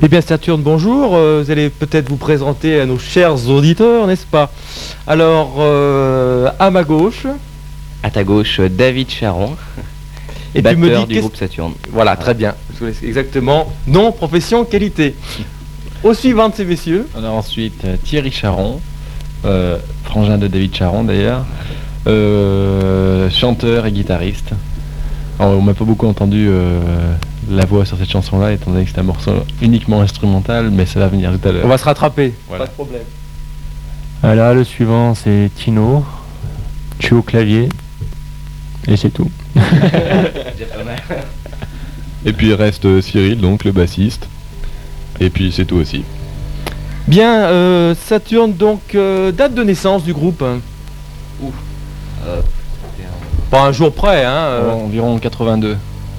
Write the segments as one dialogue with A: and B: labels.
A: Eh bien Saturne, bonjour. Euh, vous allez peut-être vous présenter à nos chers auditeurs, n'est-ce pas Alors, euh, à ma gauche,
B: À ta gauche, David Charon,
A: et tu
B: batteur
A: me dis...
B: du
A: qu'est-ce- Ah.
B: groupe Saturne.
A: Voilà, très bien. Exactement. Nom, profession, qualité. Au suivant de ces messieurs,
C: On a ensuite euh, Thierry Charon, euh, frangin de David Charon d'ailleurs, euh, chanteur et guitariste. Alors, on m'a pas beaucoup entendu euh, la voix sur cette chanson-là, étant donné que c'est un morceau uniquement instrumental, mais ça va venir tout à
A: on
C: l'heure.
A: va se rattraper.
C: Voilà.
A: Pas de problème.
D: Voilà, Euh, le suivant c'est Tino. Tu es au clavier. Et c'est tout.
E: Et puis il reste euh, Cyril, donc le bassiste. Et puis c'est tout aussi.
A: Bien, euh, Saturne, donc, euh, date de naissance du groupe hein.
B: Euh,
A: Pas un jour près, hein euh,
C: Environ 82.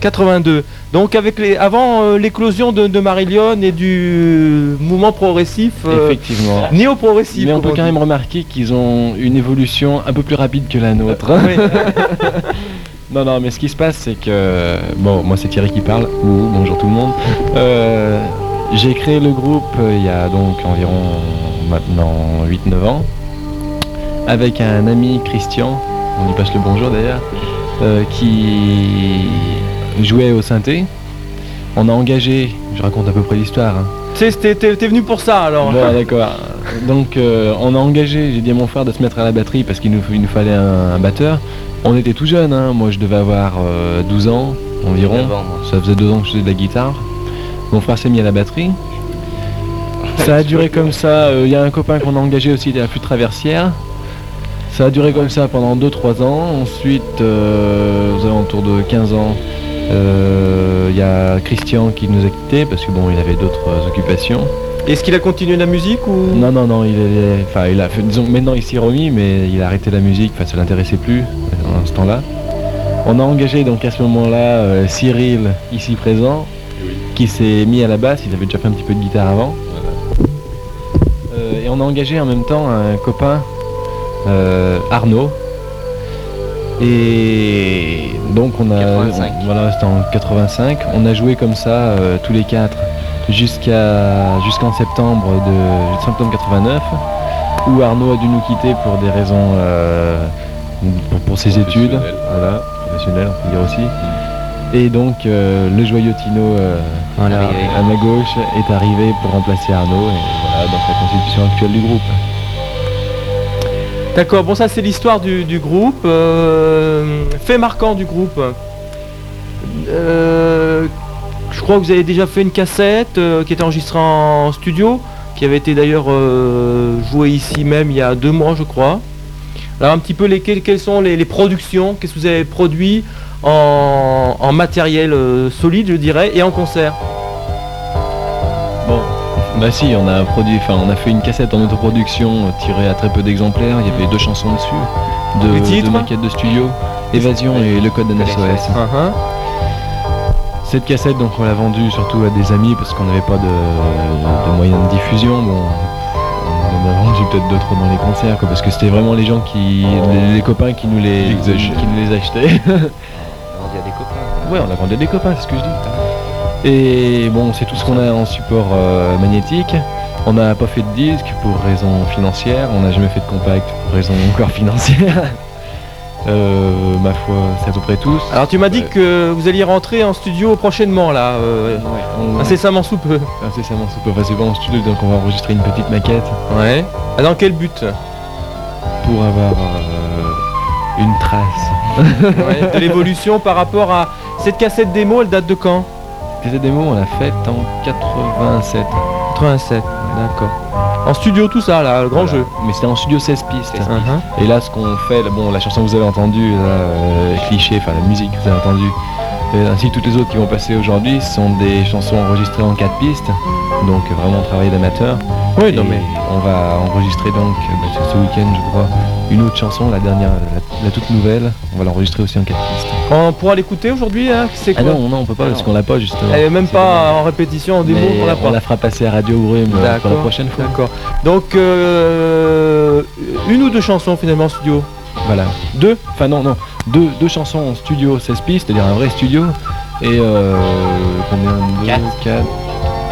A: 82. Donc, avec les, avant euh, l'éclosion de, de Marillion et du mouvement progressif, euh,
C: Effectivement.
A: néo-progressif.
C: Mais on
A: comme
C: peut
A: on
C: quand
A: dit.
C: même remarquer qu'ils ont une évolution un peu plus rapide que la nôtre. hein.
A: Ah Oui.
C: Non, non, mais ce qui se passe, c'est que. Bon, moi, c'est Thierry qui parle. Ouh, bonjour tout le monde. Euh, J'ai créé le groupe euh, il y a donc environ maintenant 8-9 ans avec un ami Christian, on lui passe le bonjour d'ailleurs, euh, qui jouait au synthé. On a engagé, je raconte à peu près l'histoire, hein,
A: Tu sais, t'es- t'es t'es venu pour ça alors.
C: Bon, d'accord. Donc, euh, on a engagé, j'ai dit à mon frère de se mettre à la batterie parce qu'il nous, il nous fallait un, un batteur. On était tout jeunes, hein. moi je devais avoir euh, 12 ans environ.
B: avant, moi.
C: Ça faisait deux ans que je faisais de la guitare. Mon frère s'est mis à la batterie. Ça a duré comme ça. euh, Il y a un copain qu'on a engagé aussi à la flûte traversière. Ça a duré comme ça pendant 2-3 ans. Ensuite, euh, aux alentours de 15 ans, euh, il y a Christian qui nous a quittés parce que bon, il avait d'autres occupations.
A: Est-ce qu'il a continué la musique ou
C: Non, non, non, il est. Enfin, il a fait. Disons, que maintenant il s'y est remis, mais il a arrêté la musique, enfin, ça l'intéressait plus euh, à ce temps-là. On a engagé donc à ce moment-là euh, Cyril, ici présent, qui s'est mis à la basse, il avait déjà fait un petit peu de guitare avant. Euh, et on a engagé en même temps un copain, euh, Arnaud. Et donc on a.
B: 85.
C: on- voilà, c'était en 85. On a joué comme ça euh, tous les quatre jusqu'à jusqu'en septembre de septembre 89 où Arnaud a dû nous quitter pour des raisons euh, pour, pour ses études
E: Professionnelles.
C: voilà professionnelles on peut dire aussi et donc euh, le joyeux Tino euh,
B: Voilà. Arrivé.
C: à ma gauche est arrivé pour remplacer Arnaud et voilà donc la constitution actuelle du groupe
A: D'accord, bon ça c'est l'histoire du, du groupe. Euh, fait marquant du groupe. Euh, je crois que vous avez déjà fait une cassette euh, qui était enregistrée en studio, qui avait été d'ailleurs euh, jouée ici même il y a deux mois je crois. Alors un petit peu les, quelles, quelles sont les, les productions, qu'est-ce que vous avez produit en, en matériel euh, solide je dirais et en concert.
C: Bon, bah si, on a produit, enfin on a fait une cassette en autoproduction euh, tirée à très peu d'exemplaires, il y avait deux chansons dessus,
A: Les
C: deux,
A: titres
C: deux maquettes de studio, Évasion et Le Code d'un SOS.
A: Uh-huh.
C: Cette cassette donc on l'a vendue surtout à des amis parce qu'on n'avait pas de, de moyens de diffusion, bon on en a vendu peut-être deux trois dans les concerts quoi, parce que c'était vraiment les gens qui, les, les copains qui nous les,
E: Ils achetaient.
C: qui nous les achetaient.
B: Alors, il y a des copains.
C: Ouais, on a vendu à des copains, c'est ce que je dis. Et bon, c'est tout ce qu'on a en support euh, magnétique. On n'a pas fait de disque pour raison financière. On n'a jamais fait de compact pour raison encore financière. Euh, ma foi, c'est à peu près tous.
A: Alors tu m'as dit
C: Ouais.
A: que vous alliez rentrer en studio prochainement là, euh,
C: on,
A: incessamment sous peu.
C: incessamment sous peu. Enfin, c'est pas en studio, donc on va enregistrer une petite maquette
A: Ouais. Ah, Dans quel but
C: pour avoir euh, une trace.
A: Ouais, De l'évolution par rapport à cette cassette démo, elle date de quand
C: Cette démo, on l'a faite en 87.
A: 87. D'accord. En studio tout ça là, le grand
C: Voilà.
A: jeu.
C: Mais c'était en studio 16 pistes.
A: Uh-huh.
C: Et là, ce qu'on fait, le- bon, la chanson que vous avez entendue, là, euh, cliché, enfin la musique que vous avez entendue, et ainsi que toutes les autres qui vont passer aujourd'hui, sont des chansons enregistrées en quatre pistes, donc euh, vraiment travail d'amateur.
A: Oui,
C: Et
A: non mais.
C: on va enregistrer donc euh, bah, ce- ce week-end, je crois, une autre chanson, la dernière, la, la toute nouvelle. On va l'enregistrer aussi en quatre pistes.
A: On pourra l'écouter aujourd'hui hein C'est
C: Ah
A: quoi
C: non, non, on peut pas parce qu'on l'a pas justement.
A: Elle est même
C: C'est
A: pas en répétition, en démo,
C: Mais
A: on l'a pas.
C: la fera passer à Radio Grume euh, pour la
A: D'accord.
C: prochaine fois.
A: D'accord. Donc euh, une ou deux chansons finalement en studio.
C: Voilà. Deux, enfin non, non, deux, deux chansons en studio 16 pistes, c'est-à-dire un vrai studio, et euh, combien deux,
B: Quatre.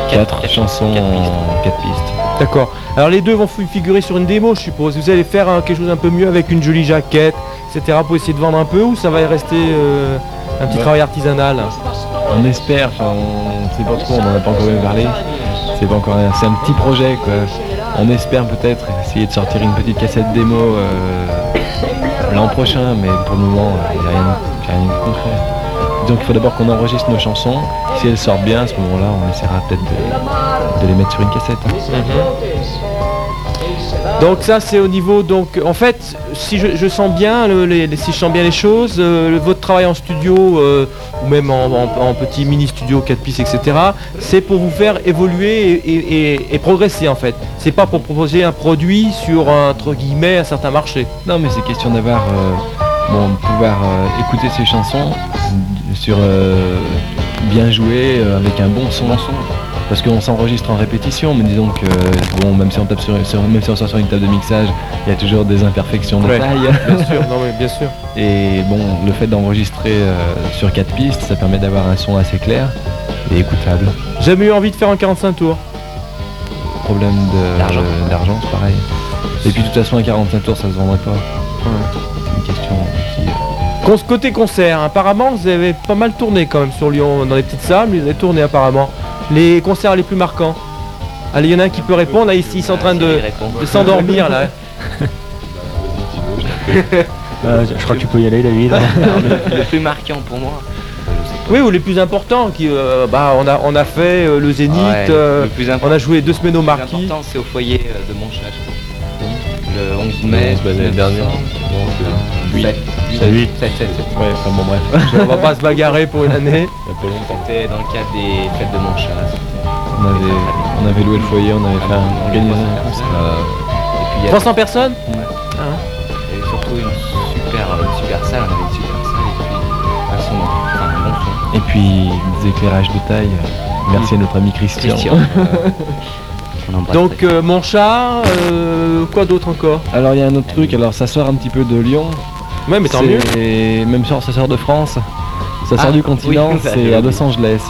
C: quatre, Quatre, chansons
B: quatre pistes.
C: en quatre pistes.
A: D'accord. Alors les deux vont fi- figurer sur une démo, je suppose. Vous allez faire euh, quelque chose un peu mieux avec une jolie jaquette, etc. pour essayer de vendre un peu ou ça va rester euh, un petit
C: Bah.
A: travail artisanal hein
C: On espère, enfin on sait pas trop, on en a pas encore même parlé. C'est pas encore un- c'est un petit projet quoi. On espère peut-être essayer de sortir une petite cassette démo euh, l'an prochain, mais pour le moment euh, il n'y a, rien- y a rien de concret. Donc il faut d'abord qu'on enregistre nos chansons. Si elles sortent bien, à ce moment-là, on essaiera peut-être de, de les mettre sur une cassette. hein.
A: Donc ça c'est au niveau donc en fait si je, je sens bien le- les, les- si je sens bien les choses euh, le- votre travail en studio euh, ou même en, en- en petit mini studio 4 pistes etc c'est pour vous faire évoluer et, et- et- et progresser en fait c'est pas pour proposer un produit sur un, entre guillemets un certain marché
C: Non, mais c'est question d'avoir, euh, bon, de pouvoir euh, écouter ces chansons sur euh, bien joué euh, avec un bon son. Parce qu'on s'enregistre en répétition, mais disons que euh, bon, même si on tape sur, sur- même si on sort sur une table de mixage, il y a toujours des imperfections de
A: Ouais.
C: taille.
A: bien sûr non mais bien sûr
C: Et bon, le fait d'enregistrer euh, sur quatre pistes, ça permet d'avoir un son assez clair et écoutable.
A: jamais eu envie de faire un 45 tours
C: Problème de-
B: D'argent.
C: euh, d'argent, c'est pareil. Et puis de toute façon, à 45 tours, ça se vendrait pas. C'est Une question qui
A: Con- Côté concert, apparemment vous avez pas mal tourné quand même sur Lyon, dans les petites salles, mais vous avez tourné apparemment. Les concerts les plus marquants. Allez, il y en a un qui peut répondre, là, ils, ils sont en
B: Ah,
A: train de, de s'endormir là.
D: Euh, je crois que tu peux y aller, David.
B: Le plus marquant pour moi.
A: Oui, ou les plus importants, qui, euh, bah, on, a, on a fait euh, le Zénith,
B: Ouais,
A: euh,
B: le plus important.
A: on a joué deux semaines au Marquis.
B: L'important c'est au foyer euh, de Montchat, je crois. Le 11 mai,
E: Le 11 mai l'année dernière.
B: Oui.
D: C'est huit.
C: Ouais, enfin bon bref.
A: on va pas se bagarrer pour une année.
B: C'était dans le cadre des fêtes de Montchat.
C: On avait, on avait loué le foyer, on avait fait un, organisé un concert.
B: Et puis il y avait-
A: 300 personnes
B: il y avait surtout une super, une super salle, on avait une super salle et puis un son, enfin un bon son.
C: Et puis des éclairages de taille. euh, Merci à notre ami Christian.
B: Christian. euh, on embrasse
A: Donc, euh, mon chat, euh, quoi d'autre encore
C: Alors il y a un autre truc, alors ça sort un petit peu de Lyon.
A: Ouais, mais tant mieux.
C: Et même sort, ça sort de France. Ça sort
B: Ah,
C: du continent,
B: oui, ça,
C: c'est
B: j'ai
C: à
B: oublié.
C: Los Angeles.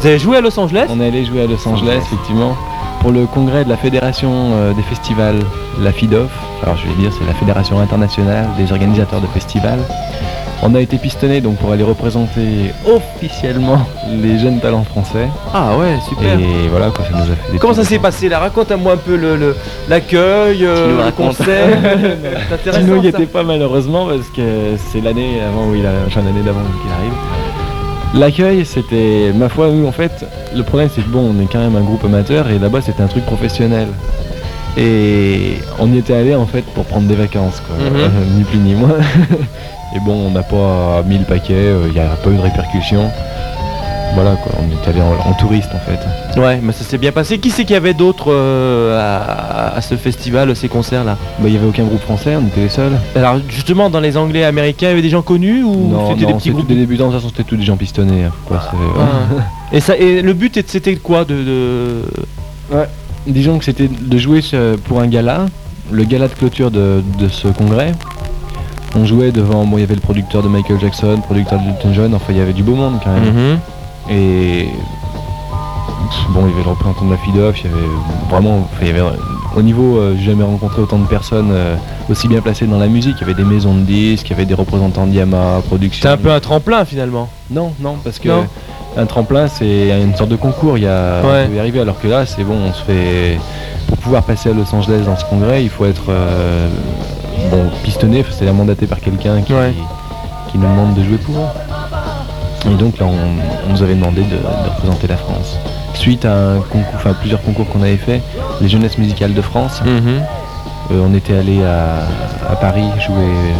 A: Vous avez joué à Los Angeles
C: On est allé jouer à Los Angeles, effectivement, pour le congrès de la Fédération euh, des festivals, la FIDOF. Alors je vais dire, c'est la Fédération internationale des organisateurs de festivals. On a été pistonné donc pour aller représenter officiellement les jeunes talents français.
A: Ah ouais, super.
C: Et voilà quoi, ça nous a fait. des
A: Comment ça
C: petits-
A: s'est passé là Raconte-moi un peu le- le- l'accueil, euh,
B: Tu nous
A: le
B: racontes.
A: concert. C'est intéressant,
C: Tino n'y
A: ça.
C: était pas malheureusement parce que c'est l'année avant où il a, enfin l'année d'avant qu'il arrive. L'accueil, c'était ma foi, nous en fait, le problème c'est que bon, on est quand même un groupe amateur et là-bas c'était un truc professionnel. Et on y était allé en fait pour prendre des vacances, quoi,
A: Mhm.
C: Euh, ni plus ni moins. et bon, on n'a pas mis le paquet, il n'y a pas eu de répercussions. Voilà quoi, on est allé en, en touriste en fait.
A: Ouais, mais ça s'est bien passé. Qui c'est qu'il y avait d'autres euh, à, à ce festival, à ces concerts-là
C: Bah, Il n'y avait aucun groupe français, on était les seuls.
A: Alors justement, dans les Anglais américains, il y avait des gens connus ou
C: non,
A: c'était des
C: non,
A: petits
C: c'était
A: groupes
C: des débutants, de toute façon c'était tous des gens pistonnés. hein, quoi, c'est-
A: Ah. Et ça, et le but est- c'était quoi de, de-
C: Disons que c'était de jouer ce- pour un gala, le gala de clôture de, de ce congrès. On jouait devant, bon, il y avait le producteur de Michael Jackson, producteur de Elton John, enfin il y avait du beau monde quand même.
A: Mm-hmm.
C: Et pff, bon, il y avait le représentant de la FIDOF, il y avait vraiment, enfin, il y avait au niveau, euh, j'ai jamais rencontré autant de personnes euh, aussi bien placées dans la musique. Il y avait des maisons de disques, il y avait des représentants de Yamaha, production.
A: C'était un peu un tremplin finalement.
C: Non, non, parce que
A: Non.
C: un tremplin, c'est une sorte de concours. Il y a,
A: Ouais.
C: on peut y arriver. Alors que là, c'est bon, on se fait. Pour pouvoir passer à Los Angeles dans ce congrès, il faut être euh, bon pistonné, c'est-à-dire mandaté par quelqu'un qui,
A: Ouais.
C: qui nous demande de jouer pour. eux. Et donc là, on, on nous avait demandé de, de représenter la France. Suite à un concours, enfin plusieurs concours qu'on avait fait, les jeunesses musicales de France.
A: Mm-hmm.
C: Euh, on était allé à, à Paris jouer. euh,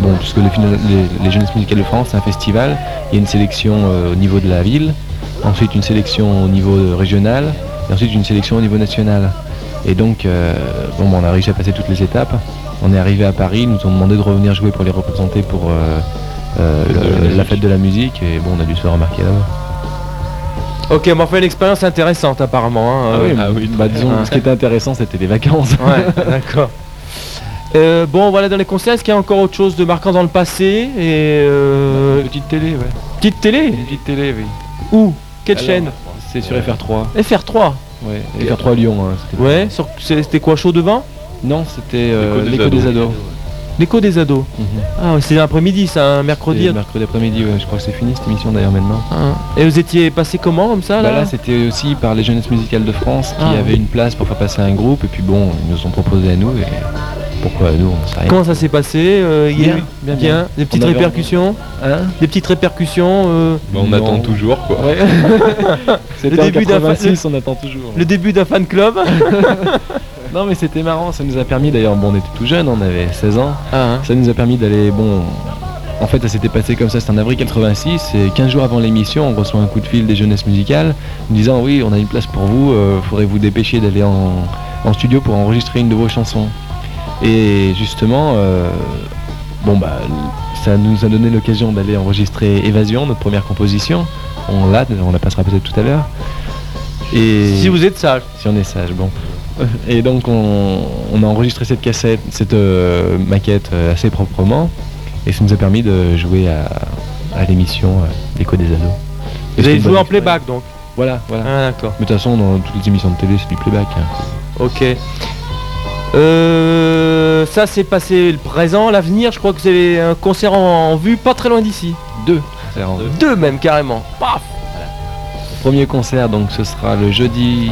C: Bon, puisque le final- les, les Jeunesses Musicales de France, c'est un festival. Il y a une sélection euh, au niveau de la ville, ensuite une sélection au niveau euh, régional, et ensuite une sélection au niveau national. Et donc, euh, bon, bah, on a réussi à passer toutes les étapes. On est arrivé à Paris, ils nous ont demandé de revenir jouer pour les représenter pour euh, euh, le- la fête de la musique. Et bon, on a dû se faire remarquer là-bas.
A: Ok, mais enfin une expérience intéressante apparemment. hein.
C: oui, bah, disons,
A: Ouais.
C: ce qui était intéressant, c'était les vacances.
A: Ouais, d'accord. Euh, bon, voilà dans les concerts. Est-ce qu'il y a encore autre chose de marquant dans le passé et euh,
C: petite télé, ouais.
A: petite télé
C: petite télé, oui.
A: Où Quelle
C: Alors,
A: chaîne
C: C'est sur FR3.
A: FR3
C: Ouais. FR3 Lyon. hein, c'était-
A: Ouais, sur- c'était quoi Chaud de vin
C: Non, c'était euh,
E: L'écho des
C: l'écho des
E: ados.
C: ados.
A: L'écho des ados.
C: Mhm.
A: Ah, ouais, c'est l'après-midi, ça, un mercredi.
C: C'est mercredi après-midi, ouais, je crois que c'est fini cette émission d'ailleurs maintenant.
A: Ah. Et vous étiez passé comment comme ça
C: Bah
A: là
C: là, c'était aussi par les jeunesses musicales de France qui
A: Ah.
C: avaient une place pour faire passer un groupe et puis bon, ils nous ont proposé à nous et pourquoi à nous, on sait rien.
A: Comment ça s'est passé euh, hier
C: Bien, bien, bien.
A: Des petites
C: On avait-
A: répercussions
C: Hein
A: Des petites répercussions euh,
E: Bah, on
C: Non.
E: attend toujours quoi.
C: Ouais. c'était
A: Le
C: en
A: début d'un fa-
C: 86, on attend toujours.
A: Le début d'un fan club
C: Non mais c'était marrant, ça nous a permis d'ailleurs, bon on était tout jeunes, on avait 16 ans,
A: Ah, hein.
C: ça nous a permis d'aller, bon, en fait ça s'était passé comme ça, c'était en avril 86 et 15 jours avant l'émission on reçoit un coup de fil des jeunesses musicales nous disant oui on a une place pour vous, euh, faudrait vous dépêcher d'aller en, en studio pour enregistrer une de vos chansons. Et justement, euh, bon bah ça nous a donné l'occasion d'aller enregistrer Évasion, notre première composition, on l'a, on la passera peut-être tout à l'heure. Et
A: Si vous êtes sage.
C: si on est sage, bon. Euh, Et donc on, on a enregistré cette cassette, cette euh, maquette euh, assez proprement, et ça nous a permis de jouer à, à l'émission euh, L'écho des ados. Et
A: Vous
C: c'était
A: avez
C: une bonne
A: joué en
C: expérience.
A: playback donc.
C: Voilà, voilà.
A: Ah, d'accord.
C: Mais de toute façon, dans toutes les émissions de télé, c'est du playback. hein.
A: Ok. Euh, ça s'est passé le présent, l'avenir. Je crois que vous avez un concert en, en vue pas très loin d'ici.
C: Deux. C'est en-
A: Deux même carrément. Paf
C: Premier concert, donc ce sera le jeudi.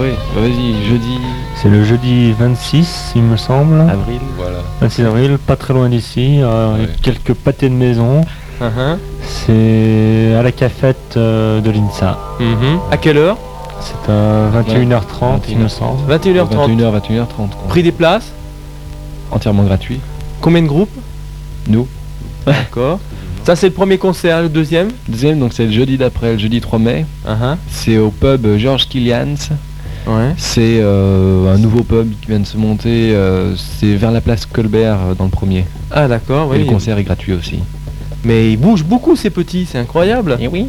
C: Ouais, bah vas-y, jeudi
D: C'est le jeudi 26, il me semble.
C: avril.
E: Voilà.
D: 26 avril, pas très loin d'ici. euh, avec
E: Ouais.
D: Quelques pâtés de maison.
A: Ah,
C: Uh-huh.
A: hein.
D: C'est à la cafette euh, de l'INSA.
A: Mhm. À quelle heure
D: C'est à 21h30, il me
C: 21h30.
D: semble.
A: 21h30.
C: 21h, 21h30. quoi.
A: Prix des places
C: Entièrement gratuit.
A: Combien de groupes
C: Nous.
A: D'accord. Ça c'est le premier concert, le deuxième
C: Deuxième, donc c'est le jeudi d'après, le jeudi 3 mai.
A: Ah,
C: C'est au pub Georges Killians.
A: ah. Ouais.
C: C'est euh, un nouveau pub qui vient de se monter, euh, c'est vers la place Colbert euh, dans le premier.
A: Ah d'accord,
C: Et
A: oui.
C: le concert est gratuit aussi.
A: euh, Mais ils bougent beaucoup ces petits, c'est incroyable.
C: Et oui.